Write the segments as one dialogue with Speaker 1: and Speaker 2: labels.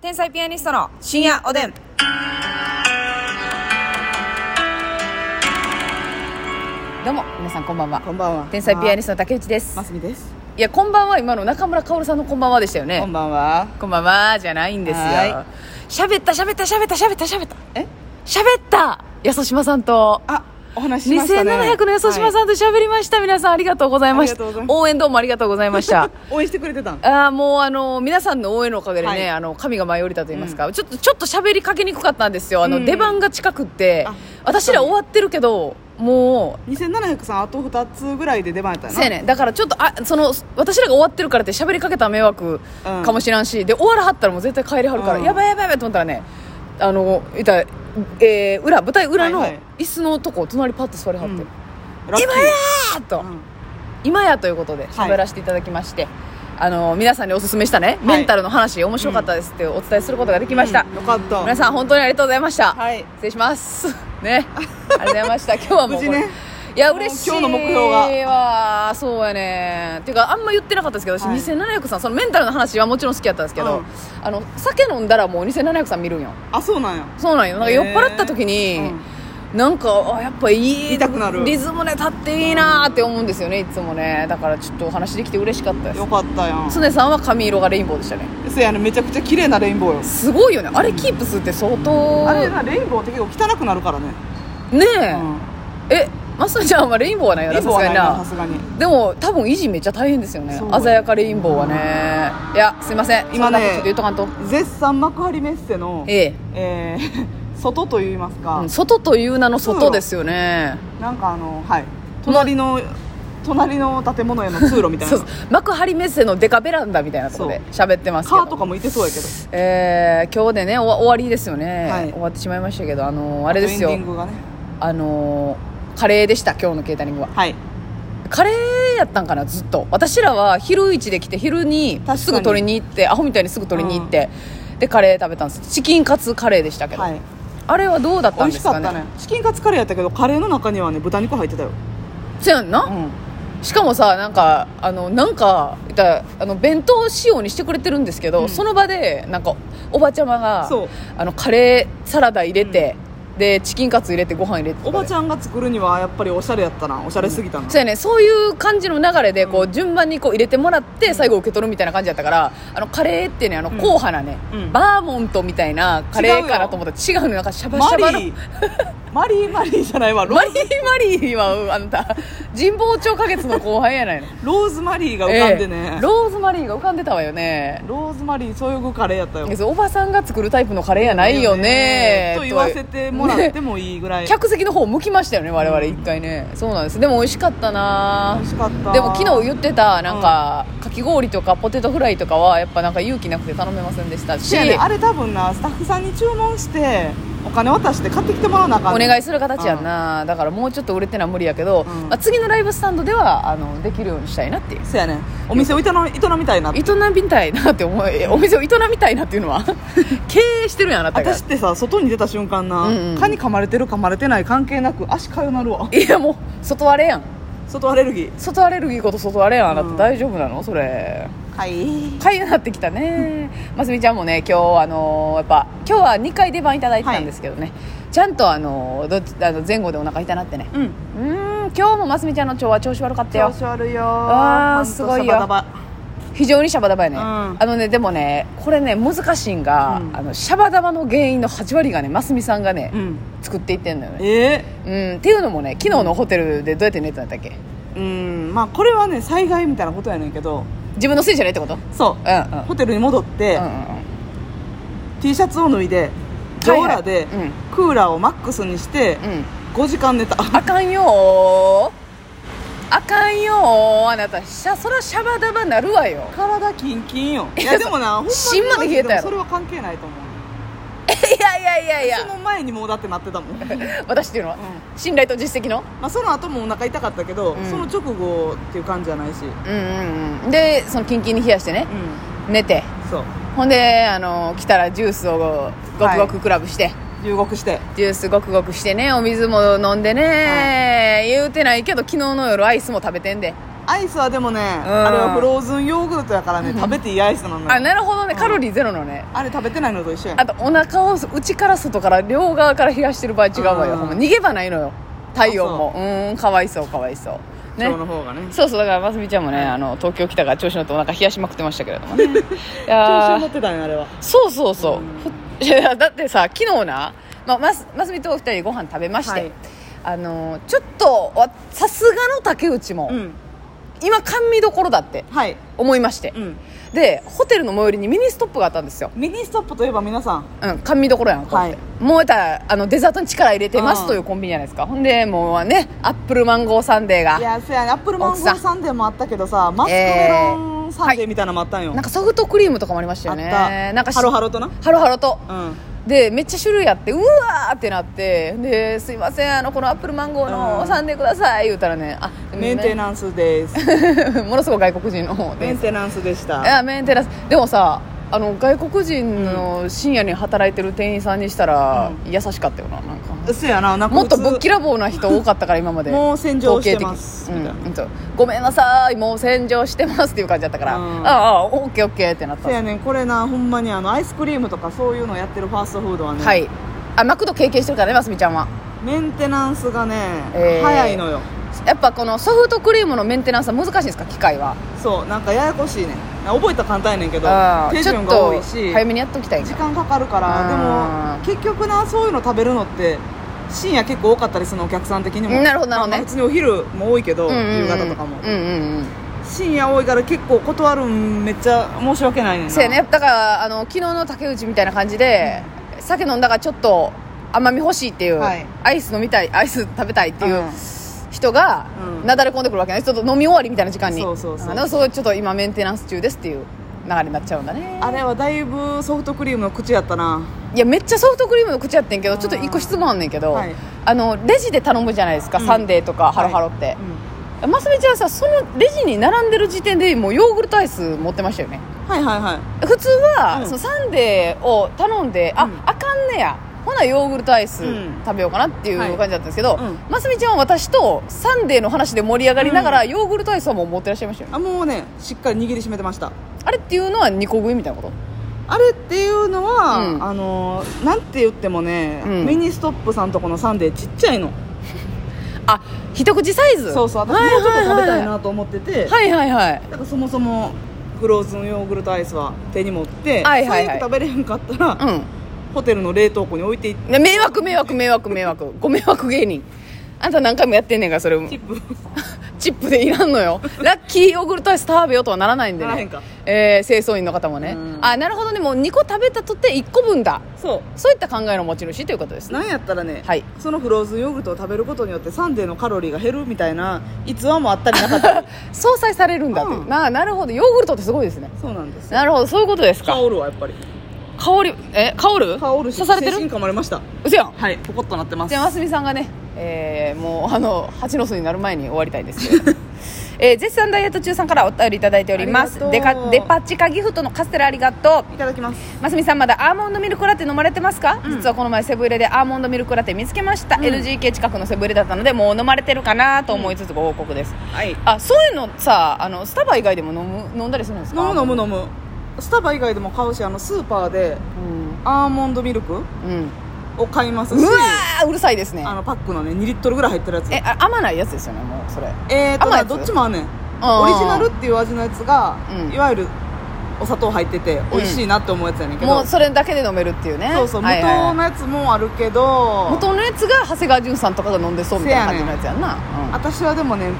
Speaker 1: 天才ピアニストの深夜おでん。どうも皆さんこんばんは。
Speaker 2: こんばんは。
Speaker 1: 天才ピアニス
Speaker 2: ス
Speaker 1: トの竹内です
Speaker 2: マ。スミです。
Speaker 1: いやこんばんは今の中村薫さんのこんばんはでしたよね。
Speaker 2: こんばんは。
Speaker 1: こんばんはじゃないんですよ
Speaker 2: は。
Speaker 1: 喋った喋った喋った喋った喋った
Speaker 2: え？
Speaker 1: 喋った安島さんと。
Speaker 2: あ、お話ししましたね。
Speaker 1: 2700の安島
Speaker 2: ん、
Speaker 1: さんと喋りました、皆さんありがとうございまし
Speaker 2: あり
Speaker 1: た
Speaker 2: がとうございます
Speaker 1: 応援どうもありがとうございました
Speaker 2: 応援してくれてたん。
Speaker 1: ああもうあの皆さんの応援のおかげでね、
Speaker 2: はい
Speaker 1: あの神が舞い降りたと言いますか、ちょっとちょっと喋りかけにくかったんですよあの、
Speaker 2: うん
Speaker 1: 出番が近くって
Speaker 2: あ
Speaker 1: 私ら終わってるけども
Speaker 2: 2700さんあと二つぐらいで出番やった
Speaker 1: う
Speaker 2: よ
Speaker 1: せや
Speaker 2: な。
Speaker 1: ねんだからちょっとあその私らが終わってるからって喋りかけたら迷惑
Speaker 2: うん
Speaker 1: かもしらんし、で終わらはったらもう絶対帰りはるから、
Speaker 2: うん
Speaker 1: やばいやばいやばいと思ったらねあのいたら、えー裏舞台裏の
Speaker 2: はいはい
Speaker 1: 椅子のとこ隣パッと座りはって、
Speaker 2: うんラッキー
Speaker 1: 今やーっと、
Speaker 2: うん
Speaker 1: 今やということで
Speaker 2: はい
Speaker 1: 喋らせていただきまして、あの皆さんにお勧めしたね、
Speaker 2: はい
Speaker 1: メンタルの話面白かったですってお伝えすることができました、
Speaker 2: うんよかった。
Speaker 1: 皆さん本当にありがとうございました、
Speaker 2: はい
Speaker 1: 失礼します ねありがとうございました今日はもうこれ
Speaker 2: 無事ね
Speaker 1: いや嬉しい
Speaker 2: もう今日の目標が
Speaker 1: わそうやねていうかあんま言ってなかったですけど私、
Speaker 2: はい
Speaker 1: 2700さんそのメンタルの話はもちろん好きやったんですけど、
Speaker 2: うん
Speaker 1: あの酒飲んだらもう2700さん見るんよ
Speaker 2: あ、そうなんや。
Speaker 1: そうなんよなんか酔っ払った時に、
Speaker 2: へー
Speaker 1: なんかあやっぱいい
Speaker 2: 見たくなる
Speaker 1: リズムね立っていいなーって思うんですよねいつもねだからちょっとお話できて嬉しかったです
Speaker 2: よかったやん。
Speaker 1: 常さんは髪色がレインボーでしたね
Speaker 2: そうやね。めちゃくちゃ綺麗なレインボーよ。
Speaker 1: すごいよねあれキープするって相当
Speaker 2: あれなレインボーって結構汚くなるからね。
Speaker 1: ね
Speaker 2: う
Speaker 1: え、
Speaker 2: ん。
Speaker 1: えマスちゃんはレインボーはないよ
Speaker 2: レイ
Speaker 1: な
Speaker 2: ン
Speaker 1: さ
Speaker 2: ボー
Speaker 1: すが
Speaker 2: はな
Speaker 1: に
Speaker 2: いなさ
Speaker 1: な
Speaker 2: すがに。
Speaker 1: でも多分維持めっちゃ大変ですよね
Speaker 2: そう
Speaker 1: 鮮やかレインボーはねいやすいませんそ
Speaker 2: 今ね
Speaker 1: んなことちょっと言っとかんと
Speaker 2: 絶賛幕張メッセの
Speaker 1: ええ
Speaker 2: えー 外と言いますか
Speaker 1: う。ん外という名の外ですよね
Speaker 2: なんかあのはい隣の隣の建物への通路みたい
Speaker 1: そ
Speaker 2: な
Speaker 1: うそう幕張メッセのデカベランダみたいなとこで喋ってますけど
Speaker 2: カーとかもいてそうやけど
Speaker 1: えー、今日でねお終わりですよね、
Speaker 2: はい
Speaker 1: 終わってしまいましたけどあのーあれですよ
Speaker 2: エンディングがね
Speaker 1: あのーカレーでした今日のケータリングは
Speaker 2: はい
Speaker 1: カレーやったんかなずっと私らは昼市で来て昼に
Speaker 2: 確かに
Speaker 1: すぐ取りに行ってアホみたいにすぐ取りに行って、でカレー食べたんですチキンカツカレーでしたけど、
Speaker 2: はい
Speaker 1: あれはどうだっ
Speaker 2: 美
Speaker 1: たん
Speaker 2: 味
Speaker 1: で
Speaker 2: し
Speaker 1: す
Speaker 2: か
Speaker 1: か
Speaker 2: っ
Speaker 1: ね
Speaker 2: たねチキンカツカレーやったけどカレーの中にはね豚肉入ってたよ
Speaker 1: そうやんな、
Speaker 2: うん
Speaker 1: しかもさなんかあのなんかいったらあの弁当仕様にしてくれてるんですけど、
Speaker 2: うん
Speaker 1: その場でなんかおばちゃまが
Speaker 2: そう
Speaker 1: あのカレーサラダ入れて、でチキンカツ入れてご飯入れて
Speaker 2: おばち
Speaker 1: ゃ
Speaker 2: ゃんが作るにはやっぱりおしゃれやったなおしゃれすぎたな
Speaker 1: そうやねそういう感じの流れでこう、順番にこう入れてもらって最後受け取るみたいな感じだったからあのカレーってねあの
Speaker 2: ん
Speaker 1: 硬派なね、
Speaker 2: うん
Speaker 1: バーモントみたいなカレーか
Speaker 2: 違う
Speaker 1: な
Speaker 2: よ
Speaker 1: と思ったら違うのなんかシャバシ
Speaker 2: マ
Speaker 1: ャ
Speaker 2: リ
Speaker 1: バの
Speaker 2: ーマリーマリーじゃないわロ
Speaker 1: マリーマリーはうんあんた神保町花月の後輩やないの
Speaker 2: ローズマリーが浮かんで
Speaker 1: え
Speaker 2: ね
Speaker 1: えローズマリーが浮かんでたわよね
Speaker 2: ローズマリーそういうカレーやったよ
Speaker 1: いやそうおばさんが作るタイプのカレーやないよね
Speaker 2: と言わせてもらっ
Speaker 1: ね
Speaker 2: てもいいぐらい
Speaker 1: 客席の方向きましたよね我々一回ねそうなんですでも美味しかったな
Speaker 2: 美味しかった
Speaker 1: でも昨日言ってたなんか、かき氷とかポテトフライとかはやっぱなんか勇気なくて頼めませんでしたし、
Speaker 2: いやね、あれ多分なスタッフさんに注文してお金渡して買ってきてもらわなあかん
Speaker 1: お
Speaker 2: ねん
Speaker 1: 願いする形やんな、だからもうちょっと売れてのは無理やけど、
Speaker 2: うん
Speaker 1: まあ、次のライブスタンドではあのできるようにしたいなっていう
Speaker 2: そうやねんお店を営み営みたいな
Speaker 1: 営みたいなって思 いお店を営みたいなっていうのは経営してるやんあなたが
Speaker 2: 私ってさ外に出た瞬間な、
Speaker 1: うんうん
Speaker 2: 蚊に噛まれてる噛まれてない関係なく足かゆなるわ
Speaker 1: いやもう外荒れやん
Speaker 2: 外アレルギー
Speaker 1: 外アレルギーこと外荒れやんあなた、
Speaker 2: うん
Speaker 1: 大丈夫なのそれ
Speaker 2: はい
Speaker 1: かゆなってきたねますみちゃんもね今日あのーやっぱ今日は2回出番いただいてたんですけどね、ちゃんとあのーどっちあの前後でお腹痛なってね
Speaker 2: うん
Speaker 1: うーん今日もますみちゃんの腸は調子悪かった
Speaker 2: 調
Speaker 1: よ
Speaker 2: 子悪いよ
Speaker 1: わーすごいよ
Speaker 2: ほんとシャバダバ
Speaker 1: 非常にシャバダバやね、
Speaker 2: うん
Speaker 1: あのねでもねこれね難しいんが、
Speaker 2: うん
Speaker 1: あのシャバダバの原因の8割がねますみさんがね、
Speaker 2: うん
Speaker 1: 作っていってんのよね
Speaker 2: え
Speaker 1: うんっていうのもね昨日のホテルでどうやって寝てたんだっけ
Speaker 2: ー、うんまあこれはね災害みたいなことやねんけど
Speaker 1: 自分のせいじゃないってことうん
Speaker 2: そうう、
Speaker 1: んうん
Speaker 2: ホテルに戻って、
Speaker 1: うんうんうん
Speaker 2: T シャツを脱いで
Speaker 1: は
Speaker 2: ロ
Speaker 1: い
Speaker 2: ー
Speaker 1: はい
Speaker 2: ラで、
Speaker 1: うん
Speaker 2: クーラーをマックスにして、
Speaker 1: うん
Speaker 2: 5時間寝た
Speaker 1: あかんよーあかんよーあなたしゃそらシャバダバなるわよ
Speaker 2: 体キンキンよいやでもなほんまに
Speaker 1: 芯まで冷えたやろ
Speaker 2: マジでもそれは関係ないと思う
Speaker 1: いやいやいやい
Speaker 2: その
Speaker 1: や
Speaker 2: 前にもうだってなってたもん、ま
Speaker 1: 私っていうのは、
Speaker 2: う
Speaker 1: 信頼と実績の
Speaker 2: あ、その後もお腹痛かったけど、
Speaker 1: うん
Speaker 2: その直後っていう感じじゃないしうん
Speaker 1: うんうんうんでそのキンキンに冷やしてね寝て
Speaker 2: そう
Speaker 1: ほんであの来たらジュースをごくごくクラブして、
Speaker 2: 留学して
Speaker 1: ジュースごくごくしてねお水も飲んでね、言うてないけど昨日の夜アイスも食べてんで
Speaker 2: アイスはでもね、
Speaker 1: ん
Speaker 2: あれはフローズンヨーグルトやからね、食べていいアイスなの
Speaker 1: あ
Speaker 2: ね
Speaker 1: なるほどねカロリーゼロのね
Speaker 2: あれ食べてないのと一緒や
Speaker 1: あとお腹を内から外から両側から冷やしてる場合違うわよ、
Speaker 2: うん
Speaker 1: ほんま逃げ場ないのよ体温もうーんかわいそうかわいそうね
Speaker 2: 今日の方がね
Speaker 1: そうそうだからますみちゃんもね、
Speaker 2: はい
Speaker 1: あの東京来たから調子乗ってお腹冷やしまくってましたけれども ねい
Speaker 2: 調子
Speaker 1: や
Speaker 2: に
Speaker 1: ー
Speaker 2: 乗ってたねあれは
Speaker 1: そうそうそううんふ いやだってさ昨日な、まあ、ますますみとお二人でご飯食べまして、
Speaker 2: はい
Speaker 1: あのちょっとわさすがの竹内も、
Speaker 2: うん
Speaker 1: 今甘味どころだって
Speaker 2: はい
Speaker 1: 思いまして、
Speaker 2: うん
Speaker 1: でホテルの最寄りにミニストップがあったんですよ
Speaker 2: ミニストップといえば皆さん
Speaker 1: うん、甘味どころやんか、
Speaker 2: はい
Speaker 1: もうたらあのデザートに力入れてます
Speaker 2: うん
Speaker 1: というコンビニじゃないですかほんでもうねアップルマンゴーサンデー
Speaker 2: い
Speaker 1: が
Speaker 2: やせやねアップルマンゴ
Speaker 1: 奥さ
Speaker 2: ー
Speaker 1: ん
Speaker 2: サンデーもあったけどさマスクメロンサンデーみたいなのもあったんよ、
Speaker 1: なんかソフトクリームとかもありました
Speaker 2: あ
Speaker 1: よ
Speaker 2: っ
Speaker 1: ね
Speaker 2: た
Speaker 1: なんかし
Speaker 2: ハロハロとな
Speaker 1: ハロハロと
Speaker 2: うん
Speaker 1: でめっちゃ種類あってうわーってなってですいませんあのこのアップルマンゴー
Speaker 2: う
Speaker 1: の
Speaker 2: ん
Speaker 1: サンデーください言うたらねあでも
Speaker 2: メンテナン スです
Speaker 1: ものすごい外国人の方
Speaker 2: メ
Speaker 1: で
Speaker 2: ンテナンスでした
Speaker 1: いやメンテナンスでもさあの外国人の深夜に働いてる店員さんにしたら、優しかったよななんか
Speaker 2: せやななんか
Speaker 1: もっと
Speaker 2: 普通
Speaker 1: ぶっきらぼうな人多かったから今まで
Speaker 2: もう洗浄してます
Speaker 1: 統計的
Speaker 2: み
Speaker 1: うんそうごめんなさいもう洗浄してますっていう感じだったから、
Speaker 2: うん
Speaker 1: ああオッケーオッケーってなったん
Speaker 2: せ
Speaker 1: です
Speaker 2: やねんこれなほんまにあのアイスクリームとかそういうのやってるファーストフードはね、
Speaker 1: はいあマクド経験してるからねますみちゃんは
Speaker 2: メンテナンスがね、
Speaker 1: えー
Speaker 2: 早いのよ
Speaker 1: やっぱこのソフトクリームのメンテナンスは難しいんですか機械は
Speaker 2: そうなんかややこしいねん覚えたら簡単やねんけど
Speaker 1: ああ
Speaker 2: 手
Speaker 1: ちょ
Speaker 2: 順
Speaker 1: っ
Speaker 2: が多
Speaker 1: と
Speaker 2: いし
Speaker 1: 早めにやっときたいん
Speaker 2: 時
Speaker 1: か
Speaker 2: 間かかるか
Speaker 1: あ
Speaker 2: ら
Speaker 1: ー
Speaker 2: でも結局なそういうの食べるのって深夜結構多かったりするのお客さん的にも
Speaker 1: なるほどなるほどね
Speaker 2: まあまあ普通にお昼も多いけど、
Speaker 1: うんうんうん
Speaker 2: 夕方とかも、
Speaker 1: うんうんうん
Speaker 2: 深夜多いから結構断るんめっちゃ申し訳ないねんな
Speaker 1: そうやねだからあの昨日の竹内みたいな感じで、酒飲んだからちょっと甘み欲しいっていう、
Speaker 2: はい
Speaker 1: アイス飲みたいアイス食べたいっていう、
Speaker 2: うん
Speaker 1: 人が
Speaker 2: うん
Speaker 1: なだれ込んでくるわけねちょっと飲み終わりみたいな時間に
Speaker 2: そうそうそう
Speaker 1: あだからそうちょっと今メンテナンス中ですっていう流れになっちゃうんだね
Speaker 2: あれはだいぶソフトクリームの口やったない
Speaker 1: やめっちゃソフトクリームの口やってんけどちょっと一個質問あんねんけど、
Speaker 2: はい
Speaker 1: あのレジで頼むじゃないですか、
Speaker 2: うん
Speaker 1: サンデーとかハロハロって、
Speaker 2: うん
Speaker 1: ますみちゃんさそのレジに並んでる時点でもうヨーグルトアイス持ってましたよね
Speaker 2: はいはいはい
Speaker 1: 普通は、
Speaker 2: うん
Speaker 1: そのサンデーを頼んで、
Speaker 2: うん
Speaker 1: ああかんねやほなヨーグルトアイス
Speaker 2: うん
Speaker 1: 食べようかなっていう
Speaker 2: はい
Speaker 1: 感じだったんですけど、
Speaker 2: うん
Speaker 1: ますみちゃんは私とサンデーの話で盛り上がりながら、ヨーグルトアイスはもう持ってらっしゃいましたよね
Speaker 2: あもうねしっかり握りしめてました
Speaker 1: あれっていうのは2個食いみたいなこと
Speaker 2: あれっていうのは、
Speaker 1: うん
Speaker 2: あのなんて言ってもね、
Speaker 1: うん
Speaker 2: ミニストップさんとこのサンデーちっちゃいの
Speaker 1: あ一口サイズ
Speaker 2: そうそう私も
Speaker 1: は
Speaker 2: う
Speaker 1: い
Speaker 2: ちょ
Speaker 1: は
Speaker 2: っと
Speaker 1: い
Speaker 2: 食べたい
Speaker 1: は
Speaker 2: なと思ってて、
Speaker 1: いはいはいはい
Speaker 2: だからそもそもフローズンヨーグルトアイスは手に持って、
Speaker 1: はいはいはい
Speaker 2: 最悪食べれへんかったら、
Speaker 1: う
Speaker 2: ホテルの冷凍庫に置いていって
Speaker 1: んね迷惑迷惑迷惑迷惑ご迷惑芸人あんた何回もやってんねんからそれ
Speaker 2: チップ
Speaker 1: チップでいらんのよラッキーヨーグルトアイス食べようとはならないんで
Speaker 2: ならへん
Speaker 1: ね
Speaker 2: か
Speaker 1: えー清掃員の方もね
Speaker 2: うん
Speaker 1: あなるほどねもう2個食べたとって1個分だ
Speaker 2: そ
Speaker 1: そういった考えの持ち主ということです
Speaker 2: う
Speaker 1: ね
Speaker 2: なんやったらね、
Speaker 1: はい
Speaker 2: そのフローズンヨーグルトを食べることによってサンデーのカロリーが減るみたいな逸話もあったりなかったり
Speaker 1: 相殺されるんだっていう
Speaker 2: うん
Speaker 1: ななるほどヨーグルトってすごいですね
Speaker 2: そうなんですよ
Speaker 1: なるほどそういうことですか
Speaker 2: 香るはやっぱり
Speaker 1: 香りえ香る
Speaker 2: 香るし
Speaker 1: 刺されて
Speaker 2: 精神
Speaker 1: る
Speaker 2: 噛まれました
Speaker 1: うせやん
Speaker 2: はいポコッとなってます
Speaker 1: じゃあますみさんがね、えーもうあの蜂の巣になる前に終わりたいん ですけれどもえー絶賛ダイエット中さんからお便りいただいております
Speaker 2: ありがとう
Speaker 1: デカデパ地下ギフトのカステラありがと
Speaker 2: いただきます
Speaker 1: うますみさんまだアーモンドミルクラテ飲まれてますか、
Speaker 2: うん
Speaker 1: 実はこの前セブン入れでアーモンドミルクラテ見つけました、
Speaker 2: うん
Speaker 1: LGK 近くのセブン入れだったのでもう飲まれてるかなと思いつつご報告です、
Speaker 2: はい
Speaker 1: あそういうのさあのスタバ以外でも飲む飲んだりするんですか
Speaker 2: 飲む飲む飲むスタバ以外でも買うしあのスーパーで
Speaker 1: うん、
Speaker 2: アーモンドミルク
Speaker 1: うん、
Speaker 2: を買いますし
Speaker 1: うわーうるさいですね
Speaker 2: あのパックのね2リットルぐらい入ってるやつ
Speaker 1: えあ甘ないやつですよねもうそれ
Speaker 2: えーと
Speaker 1: 甘い
Speaker 2: ね
Speaker 1: やつ
Speaker 2: どっちもあんねん
Speaker 1: あー
Speaker 2: オリジナルっていう味のやつが、
Speaker 1: うん
Speaker 2: いわゆるお砂糖入ってて美味しいなって思うやつやねんけど、
Speaker 1: もうそれだけで飲めるっていうね
Speaker 2: そうそう無
Speaker 1: はいはいはい
Speaker 2: 糖のやつもあるけど、
Speaker 1: 元のやつが長谷川潤さんとかが飲んでそうみたいな感じのやつやんな
Speaker 2: 私はでもね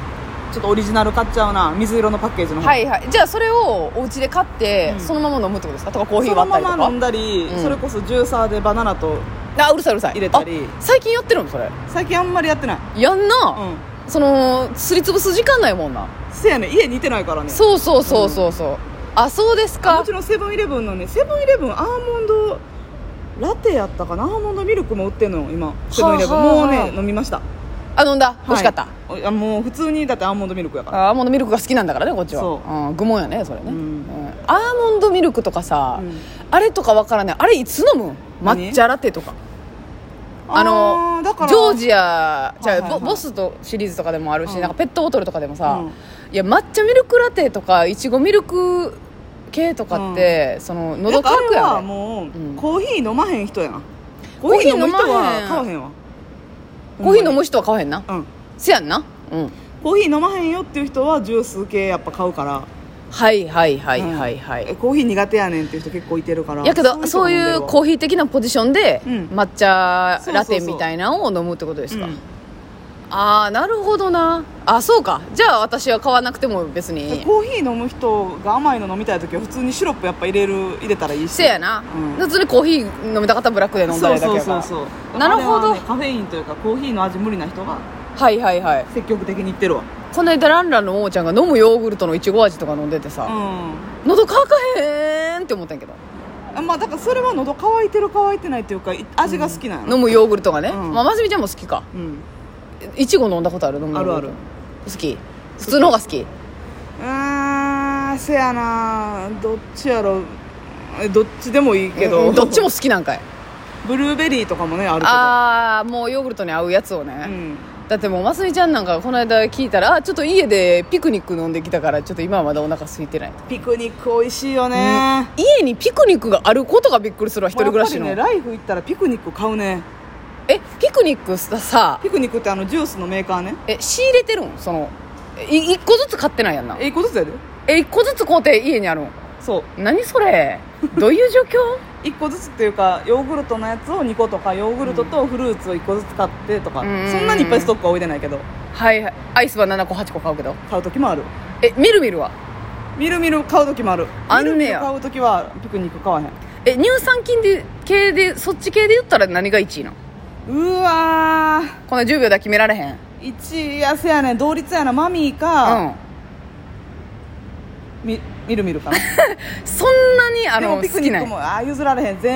Speaker 2: ちょっとオリジナル買っちゃうな水色のパッケージ
Speaker 1: う
Speaker 2: の
Speaker 1: ん
Speaker 2: 方、
Speaker 1: はいはいじゃあそれをお家で買って、
Speaker 2: うん
Speaker 1: そのまま飲むってことですかとかコーヒ
Speaker 2: そ
Speaker 1: ー割
Speaker 2: の
Speaker 1: ったりと
Speaker 2: まま
Speaker 1: か
Speaker 2: 飲んだり、
Speaker 1: うん
Speaker 2: それこそジューサーでバナナと
Speaker 1: あうるさいうるさい
Speaker 2: 入れたり
Speaker 1: あ最近やってるのそれ
Speaker 2: 最近あんまりやってない
Speaker 1: やん
Speaker 2: う
Speaker 1: な、
Speaker 2: ん
Speaker 1: そのすりつぶす時間ないもんな、
Speaker 2: せやねん家にいてないからね
Speaker 1: そうそうそうそうそう、あそうです
Speaker 2: も
Speaker 1: か
Speaker 2: ちろんセブンイレブンのねセブンイレブンアーモンドラテやったかなアーモンドミルクも売ってんのよ今セブンイレブン
Speaker 1: はあはあ
Speaker 2: もう
Speaker 1: はあ
Speaker 2: ね飲みました
Speaker 1: あ飲んだ美味しかった、
Speaker 2: はいあもう普通にだってアーモンドミルクやから
Speaker 1: アーモンドミルクが好きなんだからねこっちは
Speaker 2: そ
Speaker 1: ん、愚問やねそれね、
Speaker 2: うん
Speaker 1: うんアーモンドミルクとかさ、
Speaker 2: うん
Speaker 1: あれとかわからないあれいつ飲むん
Speaker 2: 何
Speaker 1: 抹茶ラテとかあの
Speaker 2: ーだから
Speaker 1: ジョージアじゃあ、
Speaker 2: はいはいは
Speaker 1: ボ
Speaker 2: い
Speaker 1: ボスとシリーズとかでもあるし、
Speaker 2: うん
Speaker 1: なんかペットボトルとかでもさ、
Speaker 2: うん
Speaker 1: いや抹茶ミルクラテとかいちごミルク系とかって、その喉乾く
Speaker 2: なんかあれ
Speaker 1: や
Speaker 2: は
Speaker 1: ん
Speaker 2: もう、
Speaker 1: ん
Speaker 2: コーヒー飲まへん人やなコ
Speaker 1: コー
Speaker 2: ー
Speaker 1: ヒ
Speaker 2: ヒ
Speaker 1: ー
Speaker 2: ー
Speaker 1: 飲
Speaker 2: 飲
Speaker 1: まへ
Speaker 2: む
Speaker 1: ん
Speaker 2: 人は買わへんわ
Speaker 1: コーヒー飲む人は買わへんな、
Speaker 2: うん
Speaker 1: せやんなうん
Speaker 2: コーヒー飲まへんよっていう人はジュース系やっぱ買うから
Speaker 1: はいはいはいはいはい、
Speaker 2: うんコーヒー苦手やねんっていう人結構いてるから
Speaker 1: やけどそういうコ
Speaker 2: ー
Speaker 1: ーヒー的なポジションで
Speaker 2: うん
Speaker 1: 抹茶
Speaker 2: そうそう
Speaker 1: ラ
Speaker 2: そう
Speaker 1: テみたいなのを飲むってことですか、
Speaker 2: うん
Speaker 1: ああなるほどなあそうかじゃあ私は買わなくても別にいい
Speaker 2: コーヒー飲む人が甘いの飲みたい時は普通にシロップやっぱ入れる入れたらいいし
Speaker 1: せやな、
Speaker 2: うん
Speaker 1: 普通にコーヒー飲みたかったらブラックで飲んだ
Speaker 2: そ
Speaker 1: ら
Speaker 2: う
Speaker 1: いいだ
Speaker 2: そ
Speaker 1: け
Speaker 2: う
Speaker 1: やか
Speaker 2: そ
Speaker 1: ら
Speaker 2: うそう
Speaker 1: なるほど
Speaker 2: あれはねカフェインというかコーヒーの味無理な人が
Speaker 1: はいはいはい
Speaker 2: 積極的にいってるわ
Speaker 1: この間ランランのももちゃんが飲むヨーグルトのいちご味とか飲んでて
Speaker 2: う
Speaker 1: さ、
Speaker 2: ん
Speaker 1: 喉乾かへんって思ったんやけど
Speaker 2: あまあだからそれは喉乾いてる乾いてないっていうかい味が好きなの、
Speaker 1: 飲むヨーグルトがね、
Speaker 2: うん
Speaker 1: まあ、ますみちゃんも好きか
Speaker 2: うん
Speaker 1: いちご飲んだことある飲むヨーグルト
Speaker 2: あるあ
Speaker 1: 好き普通の方が好き
Speaker 2: うーんせやなどっちやろえどっちでもいいけど、
Speaker 1: うん どっちも好きなんか い
Speaker 2: ブルーベリーとかもねあるけど
Speaker 1: ああもうヨーグルトに合うやつをね、
Speaker 2: うん
Speaker 1: だってもうますみちゃんなんかこの間聞いたらあちょっと家でピクニック飲んできたからちょっと今はまだお腹空いてない
Speaker 2: ピクニック美味しいよね、
Speaker 1: 家にピクニックがあることがびっくりするわ一人暮らしの、
Speaker 2: やっぱりねライフ行ったらピクニック買うね
Speaker 1: えピクニックささ
Speaker 2: ピクニックってあのジュースのメーカーね
Speaker 1: え仕入れてるんそのい一個ずつ買ってないやんな
Speaker 2: え一個ずつやで
Speaker 1: え一個ずつ買うて家にあるん
Speaker 2: そう
Speaker 1: 何それどういう状況
Speaker 2: 一個ずつっていうかヨーグルトのやつを2個とかヨーグルトとフルーツを1個ずつ買ってとか、
Speaker 1: うん
Speaker 2: そんなにいっぱいストックは置いてないけど
Speaker 1: はいはいアイスは7個8個買うけど
Speaker 2: 買う時もある
Speaker 1: えみるみるは
Speaker 2: みるみる買う時もある
Speaker 1: あんねや
Speaker 2: みるみる買う時はピクニック買わへん
Speaker 1: え乳酸菌で系でそっち系で言ったら何が1位なの
Speaker 2: うわ
Speaker 1: この10秒だ決められへん
Speaker 2: ー1位やせやねん同率やなマミー
Speaker 1: う
Speaker 2: か、
Speaker 1: ん
Speaker 2: みみるみるかな
Speaker 1: そんなにあ
Speaker 2: で
Speaker 1: の
Speaker 2: もピクニッ
Speaker 1: 好きな
Speaker 2: ク
Speaker 1: んや
Speaker 2: もあー譲られへん全